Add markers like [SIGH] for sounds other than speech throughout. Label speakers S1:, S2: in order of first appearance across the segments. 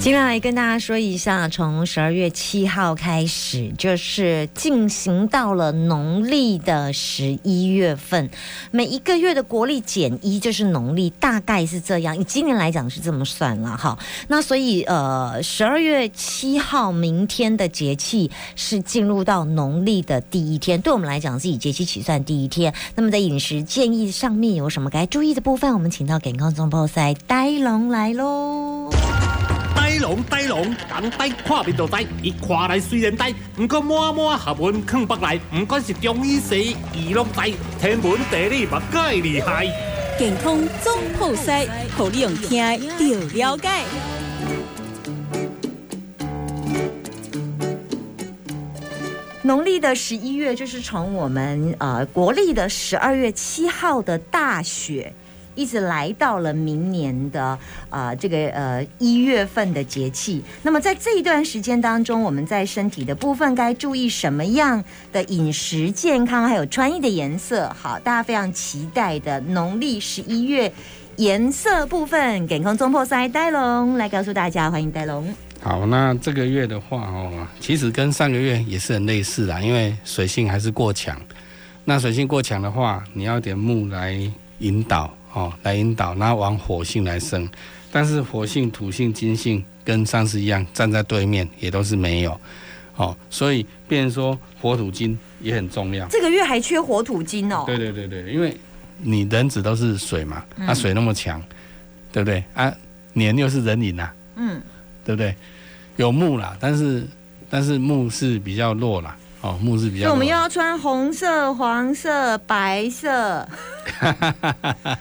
S1: 今天来跟大家说一下，从十二月七号开始，就是进行到了农历的十一月份，每一个月的国历减一就是农历，大概是这样。以今年来讲是这么算了哈。那所以呃，十二月七号明天的节气是进入到农历的第一天，对我们来讲是以节气起算第一天。那么在饮食建议上面有什么该注意的部分？我们请到健康中破赛呆龙来喽。
S2: 呆龙呆龙，讲呆看面就呆，伊看来虽然呆，不过满满学问藏北来，不管是中医西医拢呆，天文地理嘛介厉害。
S3: 健康总铺塞，互你用听的就了解。
S1: 农历的十一月就是从我们呃国历的十二月七号的大雪，一直来到了明年的呃这个呃一月份的节气。那么在这一段时间当中，我们在身体的部分该注意什么样的饮食健康，还有穿衣的颜色？好，大家非常期待的农历十一月颜色部分，健康中破塞呆龙来告诉大家，欢迎呆龙。
S4: 好，那这个月的话哦，其实跟上个月也是很类似啦，因为水性还是过强。那水性过强的话，你要点木来引导哦，来引导，然后往火性来生。但是火性、土性、金性跟上次一样，站在对面也都是没有哦，所以变成说火土金也很重要。
S1: 这个月还缺火土金哦，
S4: 对对对对，因为你人子都是水嘛，
S1: 嗯
S4: 啊水那么强，对不对？啊年又是人引啊，
S1: 嗯，
S4: 对不对？有木啦，但是但是木是比较弱啦，哦，木是比
S1: 所以
S4: 较弱。
S1: 我们又要穿红色、黄色、白
S4: [LAUGHS]
S1: 色。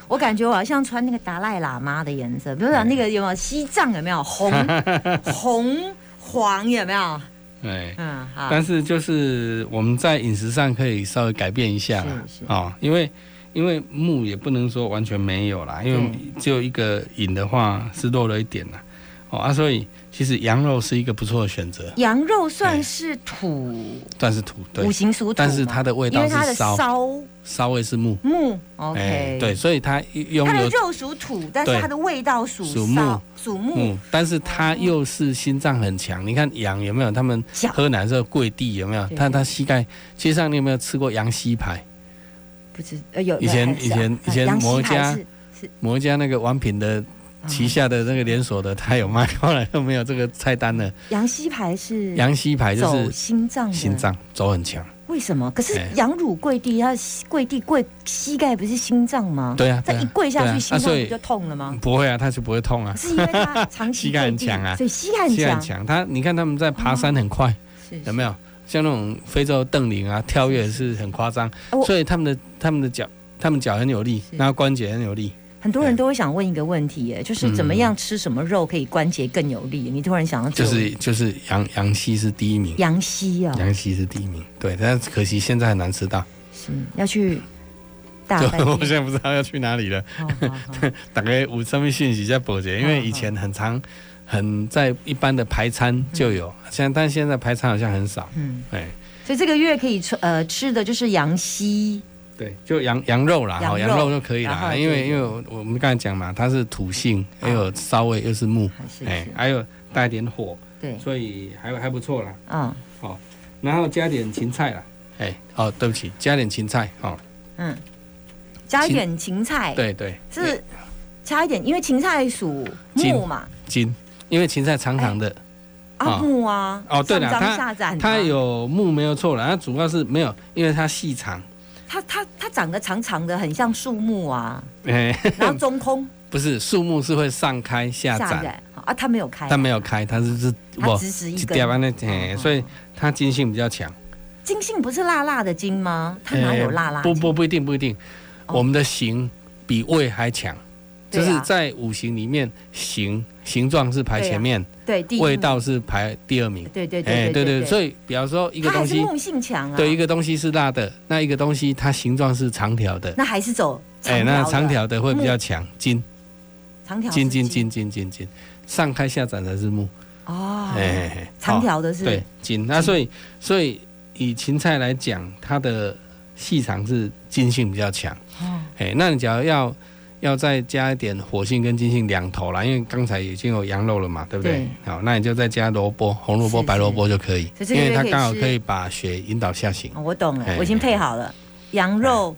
S1: 我感觉我好像穿那个达赖喇嘛的颜色，比如讲那个有没有西藏有没有
S4: [LAUGHS]
S1: 红红黄有没有？
S4: 对，
S1: 嗯，好，
S4: 哎但是就是我们在饮食上可以稍微改变一下啦，
S1: 是是
S4: 哦，因为因为木也不能说完全没有啦，因为只有一个引的话是弱了一点啦，哦啊，所以其实羊肉是一个不错的选择，
S1: 羊肉算是土，
S4: 但是土对
S1: 五，行属土嘛，
S4: 但是它的味
S1: 因
S4: 道
S1: 为
S4: 是
S1: 它的
S4: 烧
S1: 烧
S4: 稍微是木，
S1: 木，OK，
S4: 哎对，，所以它拥
S1: 它的
S4: 有
S1: 肉属土，但是
S4: 对
S1: 它的味道属
S4: 属
S1: 烧
S4: 木，
S1: 属木
S4: 木，嗯但是它又是心脏很强。你看羊有没有？他们
S1: 脚
S4: 喝奶的时候跪地有没有
S1: 对？
S4: 他他膝盖，街上你有没有吃过羊膝排？
S1: 不是呃有
S4: 以前
S1: 有还是
S4: 以前
S1: 啊
S4: 以前
S1: 羊膝
S4: 摩
S1: 排
S4: 家
S1: 是
S4: 某一家那个王品的旗下的那个连锁的，他有卖，后来都没有这个菜单了。
S1: 羊膝排是
S4: 羊膝排就
S1: 嗯走
S4: 是
S1: 心啊脏的
S4: 心脏走很强，
S1: 为什么？可是
S4: 哎
S1: 羊乳跪地，它跪地跪膝盖不是心脏吗？
S4: 对啊
S1: 再
S4: 对啊
S1: 一跪下
S4: 对
S1: 去，
S4: 啊
S1: 心脏
S4: 啊所
S1: 不
S4: 以
S1: 就痛了吗？
S4: 不会啊，他就不会痛啊，
S1: 是因为它长期
S4: [LAUGHS] 膝盖很
S1: 跪地
S4: 强啊
S1: 所以膝盖很
S4: 膝盖很
S1: 强，哦
S4: 强。他你看他们在爬山很快，有没
S1: 有？
S4: 有？像那种非洲邓羚啊，跳跃是很夸张
S1: 啊我，
S4: 所以他们的他们的脚，他们脚很有力，
S1: 是
S4: 然后关节很有力。
S1: 很多人都会想问一个问题，哎，
S4: 嗯
S1: 就是怎么样吃什么肉可以关节更有力？你突然想到这
S4: 就
S1: 个
S4: 是就是杨杨希是第一名，
S1: 羊膝啊，
S4: 杨希是第一名，对，但是可惜现在很难吃到，
S1: 是要去大
S4: 就
S1: 半
S4: [LAUGHS] 我
S1: 夜哦
S4: 现在不知道要去哪里了。
S1: 好好好
S4: [LAUGHS] 大概有上面讯息在保洁，因为以前很常很在一般的排餐就有，现在但现在排餐好像很少，
S1: 嗯，
S4: 哎，
S1: 所以这个月可以吃呃吃的就是羊膝，
S4: 对，就羊羊肉啦，
S1: 羊肉
S4: 哦羊肉就可以
S1: 然后
S4: 啦，
S1: 就
S4: 因为因为我我们刚才讲嘛，它是土性，
S1: 啊
S4: 还有稍微又是木，
S1: 还是
S4: 哎
S1: 是，
S4: 还有带点火，
S1: 对，
S4: 所以还还不错啦。
S1: 嗯
S4: 然后加点芹菜啦，哎，哦，对不起，加点芹菜哦，
S1: 嗯，加一点芹菜，
S4: 对哎对，
S1: 是差一点，因为芹菜属
S4: 金
S1: 木嘛，
S4: 金，因为芹菜长长的，
S1: 啊
S4: 啊
S1: 木啊，
S4: 哦对了
S1: 上张下展啊，
S4: 它有木没有错啦，它主要是没有，因为它细长，
S1: 它它它长得长长的，很像树木
S4: [LAUGHS]
S1: 啊，
S4: 哎，
S1: 然后中空
S4: 不是树木是会上开下
S1: 下
S4: 展，
S1: 展啊，它没有开，
S4: 它没有开，它是是
S1: 它
S4: 我
S1: 直直一
S4: 一啊
S1: 根
S4: 点。安尼，
S1: 嗯
S4: 嘿，
S1: 嗯
S4: 所以它筋性比较强。
S1: 金杏不是辣辣的金吗？它哪有辣辣
S4: 哎呃不
S1: 金？
S4: 不不一定不一定，
S1: 哦
S4: 我们的形比胃还强，
S1: 对
S4: 就
S1: 啊
S4: 是在五行里面，形形状是排前面，
S1: 对，啊第一
S4: 味，道是排第二名。
S1: 对对
S4: 哎，
S1: 对
S4: 对对，
S1: 以
S4: 所以比方说一个
S1: 它还
S4: 东
S1: 是
S4: 西，
S1: 木性强啊，
S4: 对一个东西是辣的，那一个东西它形状是长条的，
S1: 那还是走
S4: 哎，那长条的会比较
S1: 木
S4: 强，筋
S1: 长条
S4: 筋筋
S1: 金
S4: 筋筋筋筋，上开下展才是木，
S1: 哦，
S4: 哎，嘿嘿
S1: 长
S4: 好
S1: 条的是
S4: 对，筋。那所以所以以芹菜来讲，它的细长是筋性比较强。
S1: 哦
S4: 哎，那你只要要要再加一点火性跟金性两头啦，因为刚才已经有羊肉了嘛，对不对？好，那你就再加萝卜，红萝卜、
S1: 是
S4: 白萝卜就可以，
S1: 所以这
S4: 因
S1: 个
S4: 为
S1: 月
S4: 它
S1: 可以
S4: 刚好
S1: 吃
S4: 可以把血引导下行。
S1: 哦我懂了，
S4: 哎
S1: 我已经配好了，羊肉、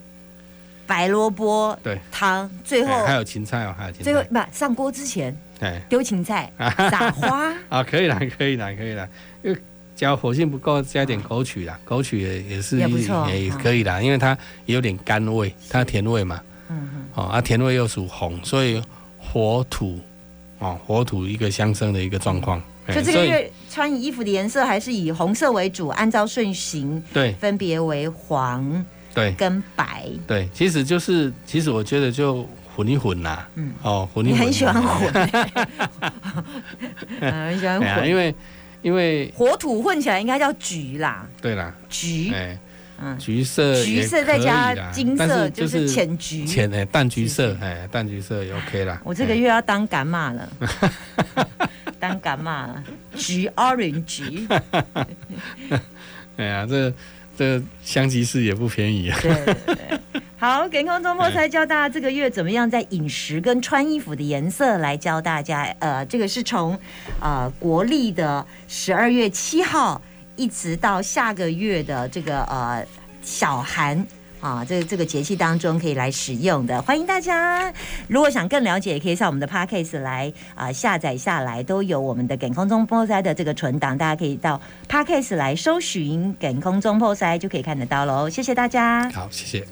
S1: 白萝卜、
S4: 对
S1: 汤，最后
S4: 哎还有芹菜哦，还有芹
S1: 最后
S4: 菜。
S1: 不上锅之前
S4: 哎，
S1: 丢芹
S4: [LAUGHS]
S1: 菜、撒花，
S4: 啊，可以啦， [LAUGHS] 可以啦，可以啦，因为只要火性不够，加点枸杞啦，枸杞也也是
S1: 啊也不错
S4: 也
S1: 嗯
S4: 可以啦，因为它也有点甘味，它甜味嘛，
S1: 嗯哼，
S4: 哦，啊，甜味又属红，所以火土，哦，火土一个相生的一个状况。
S1: 嗯就
S4: 哎
S1: 这
S4: 所
S1: 个
S4: 以
S1: 月穿衣服的颜色还是以红色为主，按照顺行
S4: 对
S1: 分别为黄
S4: 对
S1: 跟白。
S4: 对，其实就是，其实我觉得就混一混啦，
S1: 嗯，
S4: 哦，混一
S1: 你
S4: 混，
S1: 很喜欢混，
S4: [LAUGHS]
S1: 嗯很喜欢
S4: 哎呀，
S1: 混。
S4: 因为因为
S1: 火土混起来应该叫橘啦，
S4: 对啦，
S1: 橘，
S4: 哎，
S1: 嗯，
S4: 橘色
S1: 橘
S4: 也
S1: 色再
S4: 可以
S1: 加
S4: 啦
S1: 金
S4: 但
S1: 色
S4: 是
S1: 就
S4: 就是是
S1: 浅橘。
S4: 浅哎淡橘色哎淡橘色也 OK 啦。
S1: 我这个
S4: 哎
S1: 月要当干妈
S4: [LAUGHS]
S1: 了，当干妈了，橘 orange，
S4: 哎呀，这这香吉士也不便宜啊。
S1: 对对对。好，给空中破塞教大家这个月怎么样在饮食跟穿衣服的颜色来教大家。呃，这个是从呃国历的十二月七号一直到下个月的这个呃小寒。啊，这这个节气当中可以来使用的，欢迎大家。如果想更了解，也可以上我们的 podcast 来啊、下载下来，都有我们的“梗空中破塞”的这个存档，大家可以到 podcast 来搜寻“梗空中破塞”就可以看得到喽。谢谢大家。
S4: 好，谢谢。